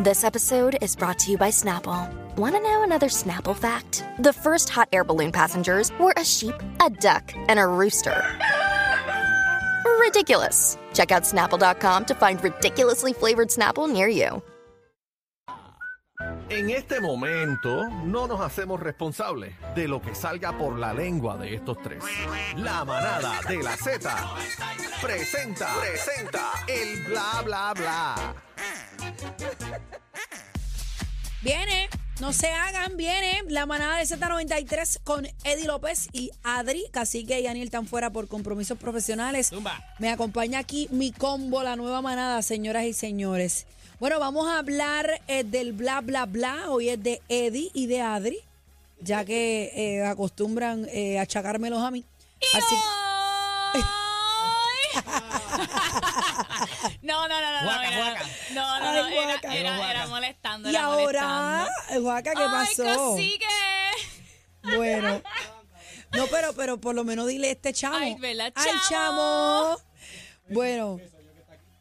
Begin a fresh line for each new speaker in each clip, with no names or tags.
This episode is brought to you by Snapple. Want to know another Snapple fact? The first hot air balloon passengers were a sheep, a duck, and a rooster. Ridiculous. Check out snapple.com to find ridiculously flavored Snapple near you.
En este momento no nos hacemos responsables de lo que salga por la lengua de estos tres. La manada de la Z presenta, presenta el bla bla bla.
Viene, no se hagan, viene la manada de Z93 con Eddie López y Adri, Cacique y Aniel están fuera por compromisos profesionales.
Zumba.
Me acompaña aquí mi combo, la nueva manada, señoras y señores. Bueno, vamos a hablar eh, del bla, bla, bla. Hoy es de Eddie y de Adri, ya que eh, acostumbran eh, achacármelos a mí. Así,
No, no, no, no, no,
Guaca,
era-
guaca.
no, no, no,
Ay,
era,
guaca.
era,
Guaca.
era molestando,
y
era
ahora, Juaca, ¿qué
molestando.
pasó?
Ay, cacique.
Bueno. No, pero, pero por lo menos dile este chamo.
Ay, ¿verdad,
Ay, chamo.
chamo?
Bueno.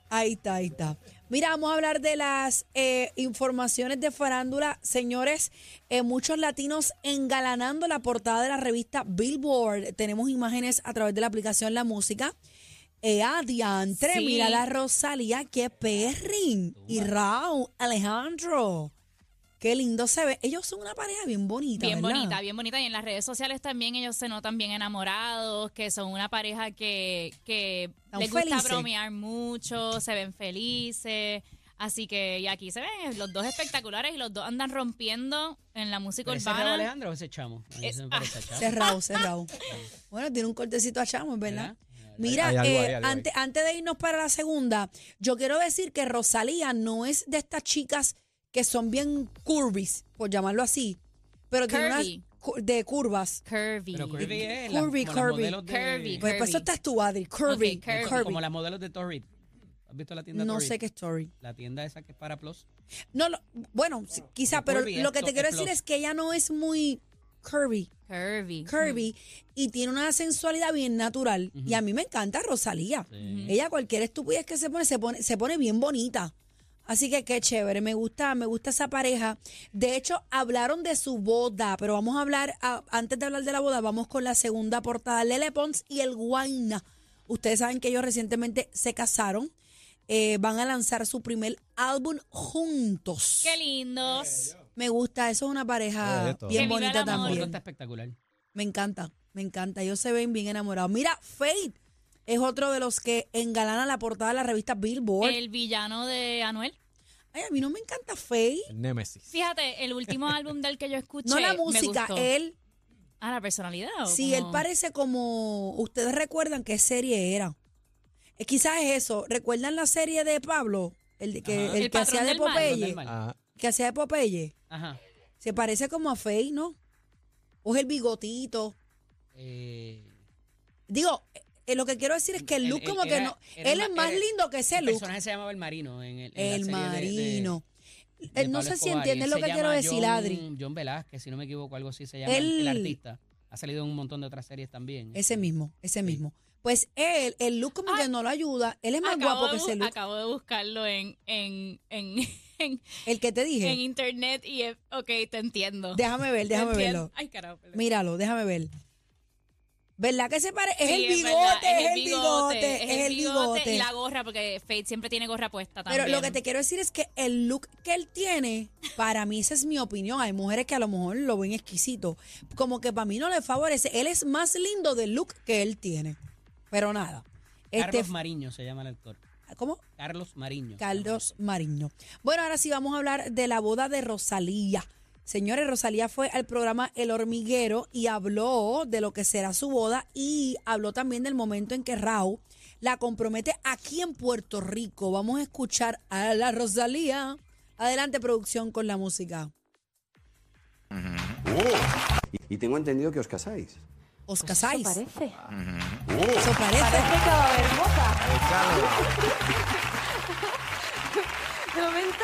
Ahí está, ahí está. Mira, vamos a hablar de las eh, informaciones de farándula. Señores, eh, muchos latinos engalanando la portada de la revista Billboard. Tenemos imágenes a través de la aplicación La Música. Eh, adiantre,
Sí.
mira la Rosalía, qué perrin. Y Raúl, Alejandro. Qué lindo se ve. Ellos son una pareja bien bonita.
Bien
¿verdad?
bonita, bien bonita. Y en las redes sociales también ellos se notan bien enamorados, que son una pareja que, que
Están
les gusta
felices.
bromear mucho, se ven felices. Así que, y aquí se ven los dos espectaculares y los dos andan rompiendo en la música
¿Ese Raúl
urbana.
Alejandro o ese chamo? A mí
Es-
se me parece a chamo.
Cerrado, cerrado. Bueno, tiene un cortecito a chamos, ¿verdad? Mira,
Hay algo
eh,
ahí, algo ahí.
ante- antes de irnos para la segunda, yo quiero decir que Rosalía no es de estas chicas que son bien curvis, por llamarlo así, pero tiene unas
Curvy.
cu- de curvas.
Curvy.
Pero Curvy eh. es
Curvy,
la, como las
curvy.
modelos de-
Curvy,
Pues, pues eso estás tú, Adri. Curvy.
Ok, curvy.
curvy.
Como las modelos de Torrid. ¿Has visto la tienda
No
Torrid?
sé qué story.
La tienda esa que es para Plus.
No, lo- bueno, sí, quizá,
Curvy
pero
es
lo que te
lo-
quiero
es lo-
decir es que ella no es muy curvy.
Curvy.
curvy y tiene una sensualidad bien natural. Y a mí me encanta Rosalía. Ella cualquier estupidez que se pone, se pone, se pone bien bonita. Así que qué chévere, me gusta, me gusta esa pareja. De hecho, hablaron de su boda, pero vamos a hablar, a- antes de hablar de la boda, vamos con la segunda portada, Lele Pons y el Guayna. Ustedes saben que ellos recientemente se casaron, eh, van a lanzar su primer álbum juntos.
Qué lindos.
Me gusta, eso es una
Eh,
pareja
de todo.
Ah, bien
Que viva el
bonita
amor.
La foto
también.
está espectacular.
Me encanta, me encanta. Ellos se ven bien enamorados. Mira, Fate es otro de los que engalana la portada de la revista Billboard.
El villano de Anuel.
Ay, a mí no me encanta Fate.
Némesis.
Fíjate, el último álbum del que yo escuché.
No la
me
música,
gustó.
él.
Ah, la personalidad. ¿o
Sí,
cómo?
él parece como. Ustedes recuerdan qué serie era. Eh, quizás es eso. ¿Recuerdan la serie de Pablo? El, de que, el
Ajá.
El
que
patrón
hacía de
del mal.
Patrón
Popeye.
del mal.
Ah,
Que hacía de Popeye.
Ajá.
Se parece como a Fate, ¿no? O es el bigotito.
Eh,
Digo, eh, lo que quiero decir es que el
Él-
look
él
como que
era-
no.
era
Él
ma-
es más
era-
lindo que ese
el
look.
personaje se llamaba El Marino. En el, en
El
la serie de- de-
marino.
de
Eh, no
Pablo
sé si
Escobar, y
entiendes
él
lo
se
que quiero
llama
decir,
John-
Adri.
John Velázquez, si no me equivoco, algo así se llama
Él-
el, el artista. Ha salido en un montón de otras series también.
Ese mismo, ese mismo. Pues él, el look como que no lo ayuda. Él es más
Acabo
guapo
de
que ese
bu-
look.
Acabo de buscarlo en, en, en, en,
El que te
en
dije.
internet y es, ok, te entiendo.
Déjame ver,
Te
déjame
entiendo.
verlo.
Ay, carajo. perdón.
Míralo, déjame ver. ¿Verdad que se parece? Es
Sí,
el
verdad,
bigote, es el bigote, es el
Y
bigote.
la gorra, porque Fate siempre tiene gorra puesta también.
Pero lo que te quiero decir es que el look que él tiene, para mí esa es mi opinión. Hay mujeres que a lo mejor lo ven exquisito. Como que para mí no le favorece. Él es más lindo del look que él tiene. Pero nada. Este,
Carlos Mariño se llama el actor.
¿Cómo?
Carlos Mariño. se
Carlos Mariño. Bueno, ahora sí vamos a hablar de la boda de Rosalía. Señores, Rosalía fue al programa El Hormiguero y habló de lo que será su boda y habló también del momento en que Raúl la compromete aquí en Puerto Rico. Vamos a escuchar a la Rosalía. Adelante, producción, con la música.
Y tengo entendido que os casáis.
¿Os casáis?
Pues Eso parece.
Eso parece.
Parece que va a haber boda. De momento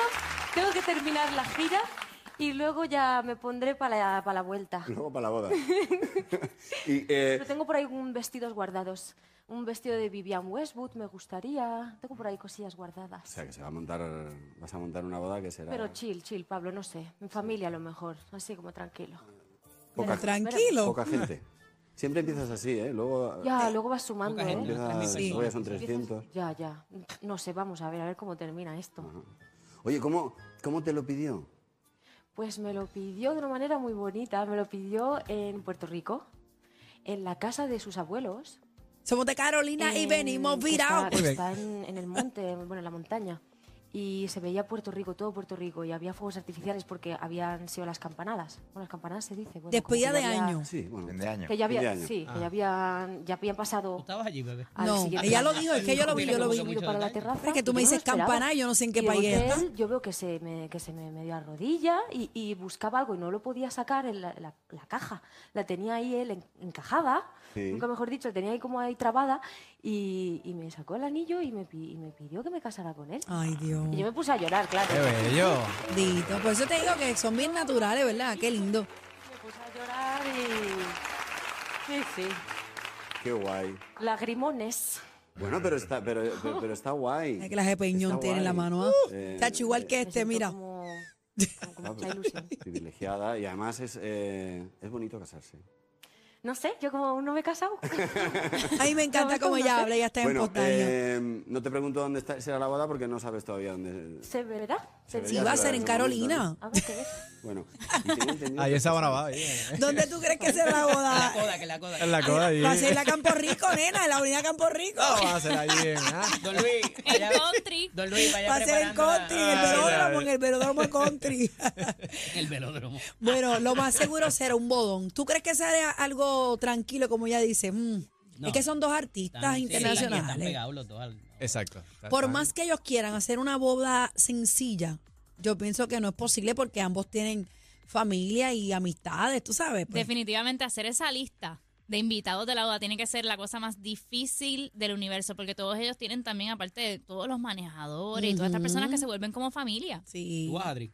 tengo que terminar la gira y luego ya me pondré para la, para la vuelta.
Luego para la boda. y, eh,
Pero tengo por ahí un vestidos guardados. Un vestido de Vivian Westwood me gustaría. Tengo por ahí cosillas guardadas.
O sea, que se va a montar, vas a montar una boda que será
Pero chill, chill, Pablo, no sé. En familia a lo mejor, así como tranquilo.
poca,
Tranquilo.
poca gente. Siempre empiezas así, ¿eh? Luego
Ya, luego vas sumando,
Poca gente,
¿eh?
Tres mil
empiezas,
personas.
luego ya son
Empiezas-
300.
Ya, ya. No sé, vamos a ver, a ver cómo termina esto.
Oye, ¿cómo, cómo te lo pidió?
Pues me lo pidió de una manera muy bonita. Me lo pidió en Puerto Rico, en la casa de sus abuelos.
Somos de Carolina y
en-
venimos
que
virados.
Eh, pues Está, está en, en el monte, bueno, en la montaña. Y se veía Puerto Rico, todo Puerto Rico. Y había fuegos artificiales porque habían sido las campanadas. Bueno, las campanadas se dice. Bueno,
Despedida
como que ya
de
había-
año.
Ah, Sí, bueno.
Fin de año.
Que ya
Fin de
había,
año. Ah.
sí, que ya habían, ya habían
¿Tú
pasado.
estabas allí, bebé?
al
No,
siguiente
ella
día.
lo dijo, es que yo lo vi, yo lo vi.
Subido para la terraza.
Es que tú
yo
me
no lo
dices
esperaba.
campana, yo no sé en qué
Y de
país
golpe
está.
él, Yo veo que se me, que se me medio arrodilla y, y buscaba algo y no lo podía sacar en la, la- la caja. La tenía ahí él en- encajada,
Sí.
nunca mejor dicho, la tenía ahí como ahí trabada y, y me sacó el anillo y me, pi- y me pidió que me casara con él.
Ay, Dios.
Y yo me puse a llorar, claro.
Qué bello.
Dito. Por eso te digo que son bien naturales, ¿verdad? Qué lindo.
Me puse a llorar y... Sí, sí.
Qué guay.
Lagrimones.
Bueno, pero está, pero, pero, pero está guay.
Es que las de Peñón
Está
tiene en la
guay.
mano. ¿ah?
Uh.
Eh,
Tacho, igual que
Me
este,
siento
mira.
Como, como con
Ah,
mucha
pues,
ilusión.
Privilegiada y además es, eh, es bonito casarse.
No sé, yo como aún no me he casado.
A mí me encanta
No,
cómo
no
ella
sé.
habla, ella está en
bueno,
postaño.
eh, no te pregunto dónde está, será la boda porque no sabes todavía dónde.
¿Se verá?
Se
verá.
sí, va a
pero
ser
en
en
un
Carolina.
Habrá que ver.
Bueno, y tengo entendido
Ahí
que-
esa buena va. En
¿Dónde tú crees que será la
La
boda?
coda, que la coda.
la coda ahí.
Va a ser en la Campo Rico, nena, en la unidad Campo Rico.
No, va a ser ahí en. ah.
Don Luis, allá,
El country.
Don Luis, vaya
Va a ser en
preparando
country,
la- Ah,
en el
Ay,
velódromo,
la-
en el velódromo country.
el velódromo.
Bueno, lo más seguro será un bodón. ¿Tú crees que será algo tranquilo, como ella dice? Mm,
No.
Es que son dos
Están-
artistas
sí, Están
internacionales.
pegados los dos. al-
Exacto. Ah,
Por más que ellos quieran hacer una boda sencilla, yo pienso que no es posible porque ambos tienen familia y amistades, tú sabes. pues.
Definitivamente hacer esa lista de invitados de la boda tiene que ser la cosa más difícil del universo, porque todos ellos tienen también, aparte de todos los manejadores y todas estas personas que se vuelven como familia.
Sí.
Tú, Adri.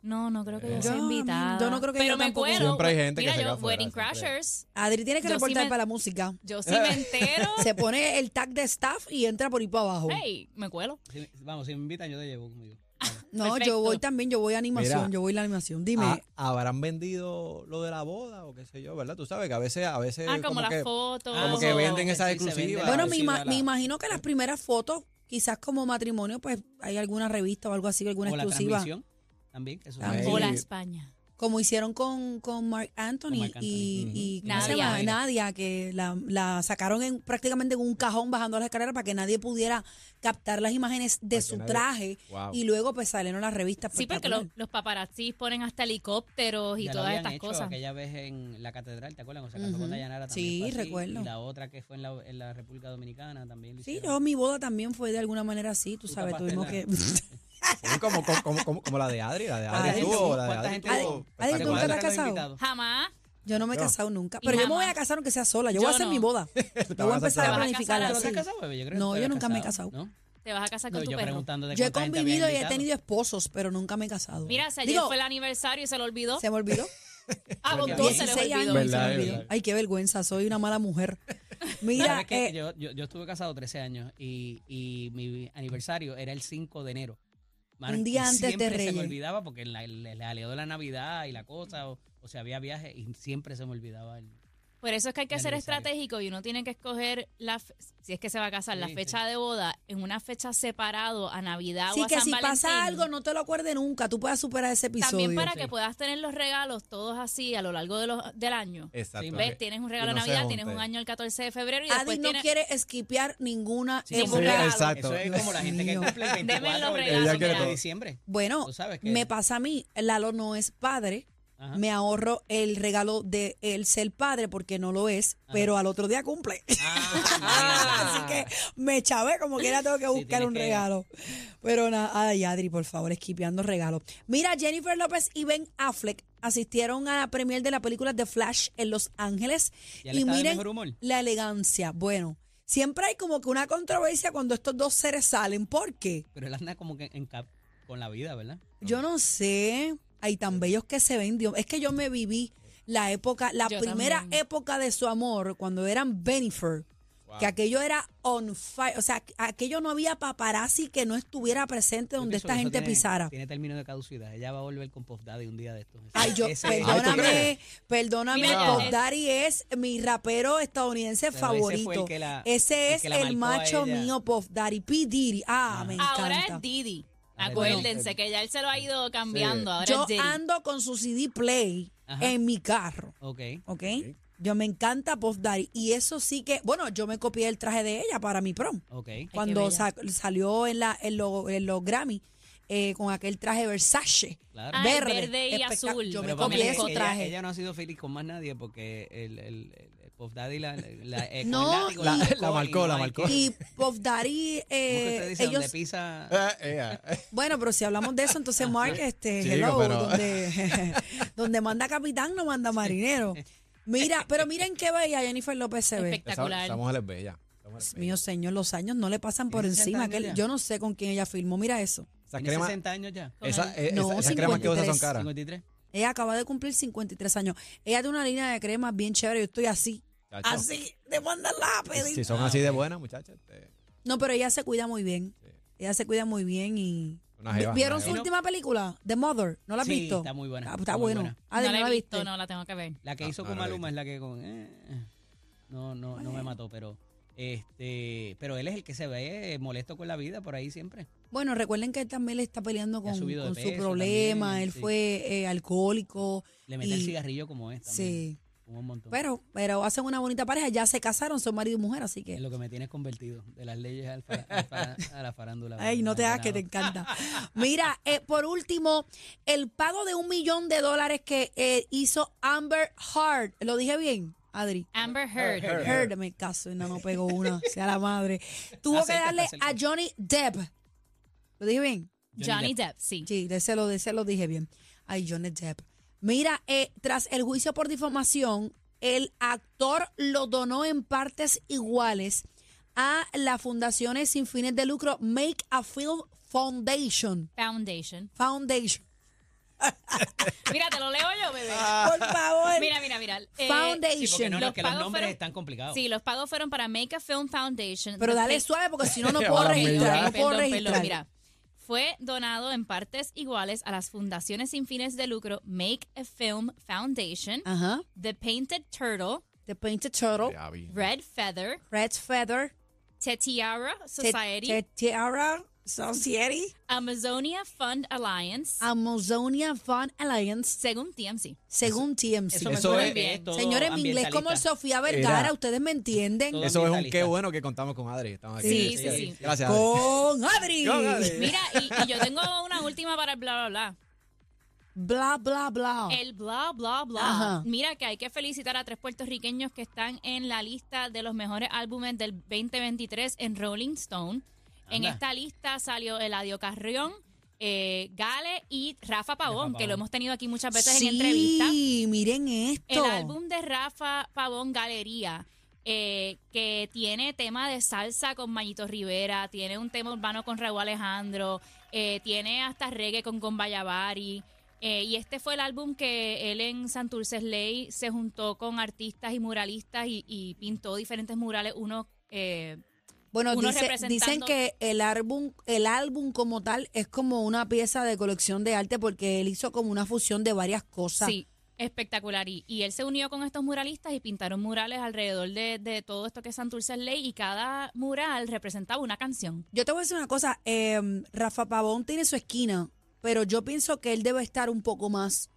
No, no creo que yo
Yo,
sea invitada.
yo no creo que
Pero
yo
me
tampoco.
cuero.
Siempre hay gente que
Mira,
se queda
yo,
fuera,
Wedding
siempre.
Crashers,
Adri tiene que
Yo sí
reportar
me-
para la música.
yo sí me entero.
Se pone el tag de staff y entra por ahí para abajo.
Hey, me cuelo.
Si- vamos, si me invitan, yo te llevo conmigo.
no, yo
perfecto.
voy también, yo voy a animación,
Mira.
yo voy a la animación. Dime.
Ah,
habrán vendido lo de la boda o qué sé yo, ¿verdad? Tú sabes que a veces. A veces
Ah, como, las
que,
fotos.
Como que venden esas
Sí, Ah, se venden.
exclusivas.
bueno,
sí,
me,
sí,
ima-
la-
me imagino que las primeras fotos, quizás como matrimonio, pues hay alguna revista o algo así, alguna
o la
exclusiva.
transmisión también. Eso
También.
sí.
Hola,
Sí.
España.
Como hicieron con, con Mark Anthony,
Con Marc Anthony.
y, y
Ujú.
¿cómo se
Nadia.
llama? Nadia, que la, la sacaron en, prácticamente en un cajón bajando las escaleras para que nadie pudiera captar las imágenes de
que
su
nadie-
traje
Wow.
y luego pues salieron las revistas.
Sí, porque
espectacular.
los, los paparazzis ponen hasta helicópteros y
Ya lo
todas
habían
estas
hecho
cosas.
Aquella vez en la catedral, ¿te acuerdas? Cuando se casó
Ujú.
con Dayanara también.
Sí,
fue así,
recuerdo.
Y la otra que fue en la, en la República Dominicana también. lo
Sí,
hicieron.
yo mi boda también fue de alguna manera así, tú
Tú
sabes,
tapaste
tuvimos
la-
que...
Sí, como, como, como, como- como la de Adri, la de Adri.
Ah, ¿Cuánta gente
tuvo, la de
¿Cuánta
Adri
gente
tuvo
hubo?
Adri, ¿tú nunca te has
¿Cuántos
casado?
invitados?
Jamás.
Yo no me he
No.
casado nunca,
Y
pero yo me voy a
jamás.
casar aunque sea sola, yo, voy a
Yo
hacer
no.
mi boda. Yo voy a
vas a
empezar a
casar.
planificarla.
Te
¿Tú
vas
te
a
sí.
has casado, bebé? Yo creo que
No,
tú te
yo
habías
nunca me he
casado,
casado.
¿no?
Te vas a casar
No,
con tu
yo
perro.
preguntándote
Yo he
cuánta gente había
convivido y he
invitado.
tenido esposos, pero nunca me he casado.
Mira, si ayer
Digo,
fue el aniversario y se lo olvidó.
se me olvidó.
ah,
Porque
con todo se les
16
olvidó.
años.
Verdad,
se me olvidó.
verdad.
Ay, qué vergüenza, soy una mala mujer. Mira,
¿Sabes qué?
eh,
yo, yo, yo estuve casado 13 años y, y mi aniversario era el 5 de enero. Mano,
Un día
y
antes de
siempre se
Reyes.
me olvidaba porque la- le le aleó la Navidad y la cosa, o, o sea, había viaje y siempre se me olvidaba. el-
Por eso es que hay que
de
ser
aniversario.
estratégico y uno tiene que escoger, la f- si es que se va a casar, la
Sí,
fecha de boda en una fecha separado a Navidad
sí
o a
que
San
si pasa
Valentín.
algo no te lo acuerdes nunca, tú puedas superar ese episodio.
También para que
sí.
puedas tener los regalos todos así a lo largo de los, del año.
Exacto.
Sí,
¿Ves?
ok.
Tienes un
Y
regalo
no
de
se
Navidad, tienes
junten.
un año el 14 de febrero y
Adi
después
no
tienes...
quiere esquipear ninguna
Sí,
época.
ningún regalo.
exacto.
Eso es
Dios
como la gente que
mío.
cumple el
Denme
24
los
el
regalos,
25
mira.
de diciembre.
Bueno,
Tú sabes que-
me pasa a mí, Lalo no es padre,
Ajá.
me ahorro el regalo de él ser padre porque no lo es, pero al otro día cumple.
Ah,
Así que me chavé, como quiera tengo que buscar
tienes
un
que-
regalo. Pero nada, ay Adri, por favor, esquipeando regalos. Mira, Jennifer López y Ben Affleck asistieron a la premier de la película The Flash en Los Ángeles.
Ya le
y
está de
miren
mejor humor.
la elegancia. Bueno, siempre hay como que una controversia cuando estos dos seres salen. ¿Por qué?
Pero él anda como que en cap con la vida, ¿verdad?
Yo no sé. Hay tan bellos que se ven, Dios. Es que yo me viví la época, la
Yo
primera
también.
época de su amor, cuando eran Benifer. que aquello era on fire, o sea, aquello no había paparazzi que no estuviera presente
Yo
donde esta
pienso que eso
gente
tiene-
pisara.
Tiene término de caducidad. Ella va a volver con Puff Daddy un día de estos.
Ay, yo,
Ese-
perdóname, perdóname,
Mira,
Puff
es-
Daddy es mi rapero estadounidense
Pero ese fue el
favorito. Ese,
que la- el
es
que la
el
marcó a
macho
ella.
mío, Puff Daddy, P. Diddy. Ah, me encanta.
Ahora es Didi.
Ahora es
Acuérdense que ya él se lo ha ido cambiando. Ahora
Yo
es Diddy.
ando con su CD Play
Ajá.
en mi carro,
Ok.
¿ok? Yo me encanta Puff Daddy. Y eso sí que, bueno, yo me copié el traje de ella para mi prom.
Ok.
Cuando
bella.
sa- salió en, la, en, los- en los Grammy eh, con aquel traje Versace.
Claro.
Ay,
verde,
verde y
espectac-
azul.
Yo me
Pero
copié
ponle-
esos
ella-
trajes.
Ella, no ha sido feliz con más nadie porque el, el, el- el Puff Daddy la, la, eh, con
No,
el látigo
y-
la,
La-
marcó
la
y
marcó, la
no hay
marcó.
que-
Y Puff Daddy,
¿Cómo que
eh,
usted dice?
ellos
Donde pisa...
Eh, eh,
Bueno, pero si hablamos de eso,
Ah,
entonces Mark, este,
Chico,
hello,
pero-
donde, donde manda capitán no manda marinero. Mira, pero miren qué bella Jennifer López se ve.
esa,
Espectacular.
esa mujer es bella. Esa mujer es
Dios
bella.
mío, señor, los años no le pasan por
¿Tiene
encima.
60 años
aquel-
ya?
yo no sé con quién ella filmó, mira eso.
Esas
Tiene
cremas,
60 años ya.
esa- eh,
No,
esa- esas cremas que usas son
53.
caras.
53.
Ella acaba de cumplir 53 años. Ella tiene una línea de cremas bien chévere, yo estoy así.
Chacho.
Así, de mandarla a pedir.
Si son así de buenas, muchachas. te-
No, pero ella se cuida muy bien. Ella se cuida muy bien y...
Una jeva,
¿Vieron
una
su
jeva.
última película? The Mother. ¿No la has
Sí,
visto?
está muy buena,
Ah, Está,
está muy
bueno.
buena.
Adri,
no la he
la
visto,
viste?
no la tengo que ver.
La que
No,
hizo
Ah, no
con
la he
Maluma es la que con... eh, no, no, no me mató, pero... Este, pero él es el que se ve molesto con la vida por ahí siempre.
Bueno, recuerden que él también le está peleando
Que ha
con,
subido de
con su
peso
problema.
también,
él
sí.
fue eh, alcohólico.
Le mete el
Y-
cigarrillo como es también.
Sí.
Como un montón.
Pero, pero hacen una bonita pareja. Ya se casaron, son marido y mujer, así
En
que.
lo que me tienes convertido, de las leyes al fa- al fa- a la farándula.
Ay, no te hagas que te encanta. Mira, eh, por último, el pago de un millón de dólares que eh, hizo Amber Heard. ¿Lo dije bien, Adri?
Amber Heard.
Heard, me caso, no, no pegó una, sea la madre. Tuvo que
Acércate,
darle a
acércate.
Johnny Depp. ¿Lo dije bien?
Johnny Depp, sí.
Sí, de ese lo, de ese lo dije bien. Ay, Johnny Depp. Mira, eh, tras el juicio por difamación, el actor lo donó en partes iguales a las fundaciones sin fines de lucro Make a Film Foundation.
Foundation.
Foundation.
Mira, te lo leo yo, bebé.
Por favor.
Mira, mira, mira. Eh,
Foundation.
Sí, porque no, no,
Los
es que los
pagos
nombres
fueron-
están complicados.
Sí, los pagos fueron para Make a Film Foundation. Ah,
Pero
The
dale
Pla-
suave porque si no, no
Ya
puedo
va,
registrar.
mira.
No puedo registrar.
mira. Fue donado en partes iguales a las fundaciones sin fines de lucro Make a Film Foundation,
Ajá.
The Painted Turtle,
The Painted Turtle,
Ya vi.
Red Feather,
Red Feather,
Tetiara
Te-
Society,
Te- Tiara Society,
Amazonia Fund
Ah.
Alliance,
Amazonia Fund Alliance,
según TMC.
según TMC.
Eso, me
Eso
suena
es-
que
Bien.
todo
Señores, mi inglés como
ambientalista.
Sofía Vergara,
Era-
ustedes me entienden.
Todo
Eso es un
ambientalista.
qué bueno que contamos con Adri. Estamos aquí.
Sí, sí, sí.
Gracias, Adri.
Con Adri.
Con Adri.
Mira, y, y yo tengo una última para el bla, bla,
Bla, bla, bla.
bla. El bla, bla, bla.
Ajá.
Mira que hay que felicitar a tres puertorriqueños que están en la lista de los mejores álbumes del 2023 en Rolling Stone. En
Anda.
esta lista salió Eladio Carrión, eh, Gale y Rafa Pavón, que lo hemos tenido aquí muchas veces en entrevistas.
sí, miren esto.
El álbum de Rafa Pavón Galería, eh, que tiene tema de salsa con Mayito Rivera, tiene un tema urbano con Raúl Alejandro, eh, tiene hasta reggae con Gombayabari. Eh, y este fue el álbum que él en Santurce Ley se juntó con artistas y muralistas y, y pintó diferentes murales, uno eh,
Bueno,
uno
dice- dicen
representando-
que el álbum, el álbum como tal es como una pieza de colección de arte porque él hizo como una fusión de varias cosas.
Sí, espectacular. Y, y él se unió con estos muralistas y pintaron murales alrededor de, de todo esto que es Santurce Ley y cada mural representaba una canción.
Yo te voy a decir una cosa, eh, Rafa Pavón tiene su esquina, pero yo pienso que él debe estar un poco más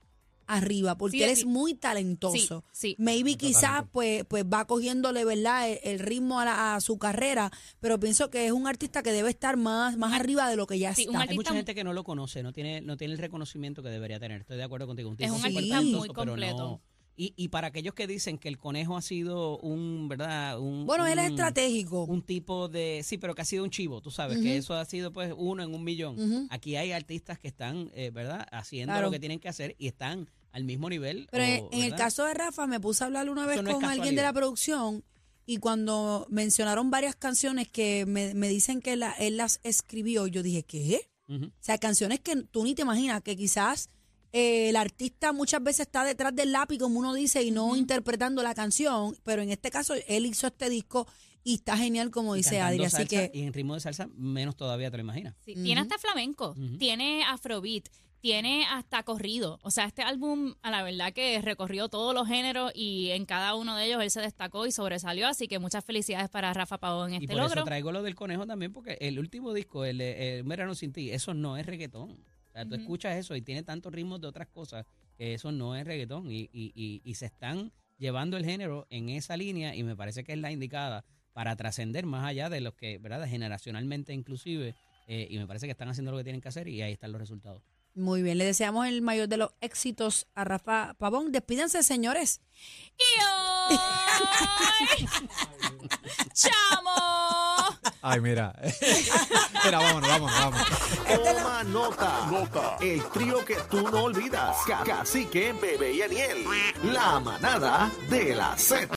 arriba porque
Sí,
él
sí.
es muy talentoso.
Sí, sí.
Maybe quizás pues, pues va cogiéndole verdad E, el, el ritmo a, la- a su carrera, pero pienso que es un artista que debe estar más, más arriba de lo que ya
Sí, un
está.
artista
Hay mucha
mu-
gente que no lo conoce, no tiene, no tiene el reconocimiento que debería tener. Estoy de acuerdo contigo. Un tipo
un
súper
artista
talentoso,
muy
pero no-
completo.
Y, y para aquellos que dicen que el conejo ha sido un, ¿verdad? Un,
Bueno, él es
un-
estratégico.
Mm. Un tipo de. Sí, pero que ha sido un chivo, tú sabes, que eso ha sido pues uno en un millón. Aquí hay artistas que están, eh, ¿verdad? Haciendo
Claro.
lo que tienen que hacer y están al mismo nivel.
Pero
o,
en- en el
¿verdad?
caso de Rafa, me puse a hablar una vez
Eso no es
con alguien de la
casualidad.
producción y cuando mencionaron varias canciones que me, me dicen que la- él las escribió, yo dije, ¿qué?
Ujú.
O sea, canciones que tú ni te imaginas, que quizás eh, el artista muchas veces está detrás del lápiz, como uno dice, y no interpretando la canción, pero en este caso él hizo este disco y está genial, como dice Adri. Así que
Y en ritmo de salsa, menos todavía te lo imaginas.
Sí,
Ujú.
Tiene hasta flamenco,
Ujú.
tiene afrobeat, tiene hasta corrido. O sea, este álbum, a la verdad que recorrió todos los géneros y en cada uno de ellos él se destacó y sobresalió. Así que muchas felicidades para Rafa Pavón en
y
este
por eso
logro.
traigo lo del conejo también, porque el último disco, el, eh, el Verano Sin Ti, eso no es reggaetón. O sea, tú
Ujú.
escuchas eso y tiene tantos ritmos de otras cosas que eso no es reggaetón. Y, y, y, y se están llevando el género en esa línea y me parece que es la indicada para trascender más allá de los que, ¿verdad? Generacionalmente inclusive. eh, y me parece que están haciendo lo que tienen que hacer y ahí están los resultados.
muy bien, le deseamos el mayor de los éxitos a Rafa Pavón. Despídanse, señores.
Y hoy, chamo.
Ay, mira. mira, vámonos, vámonos, vámonos.
Toma nota. Nota. El trío que tú no olvidas. Ca- Cacique, Bebé y Aniel. La manada de la Z.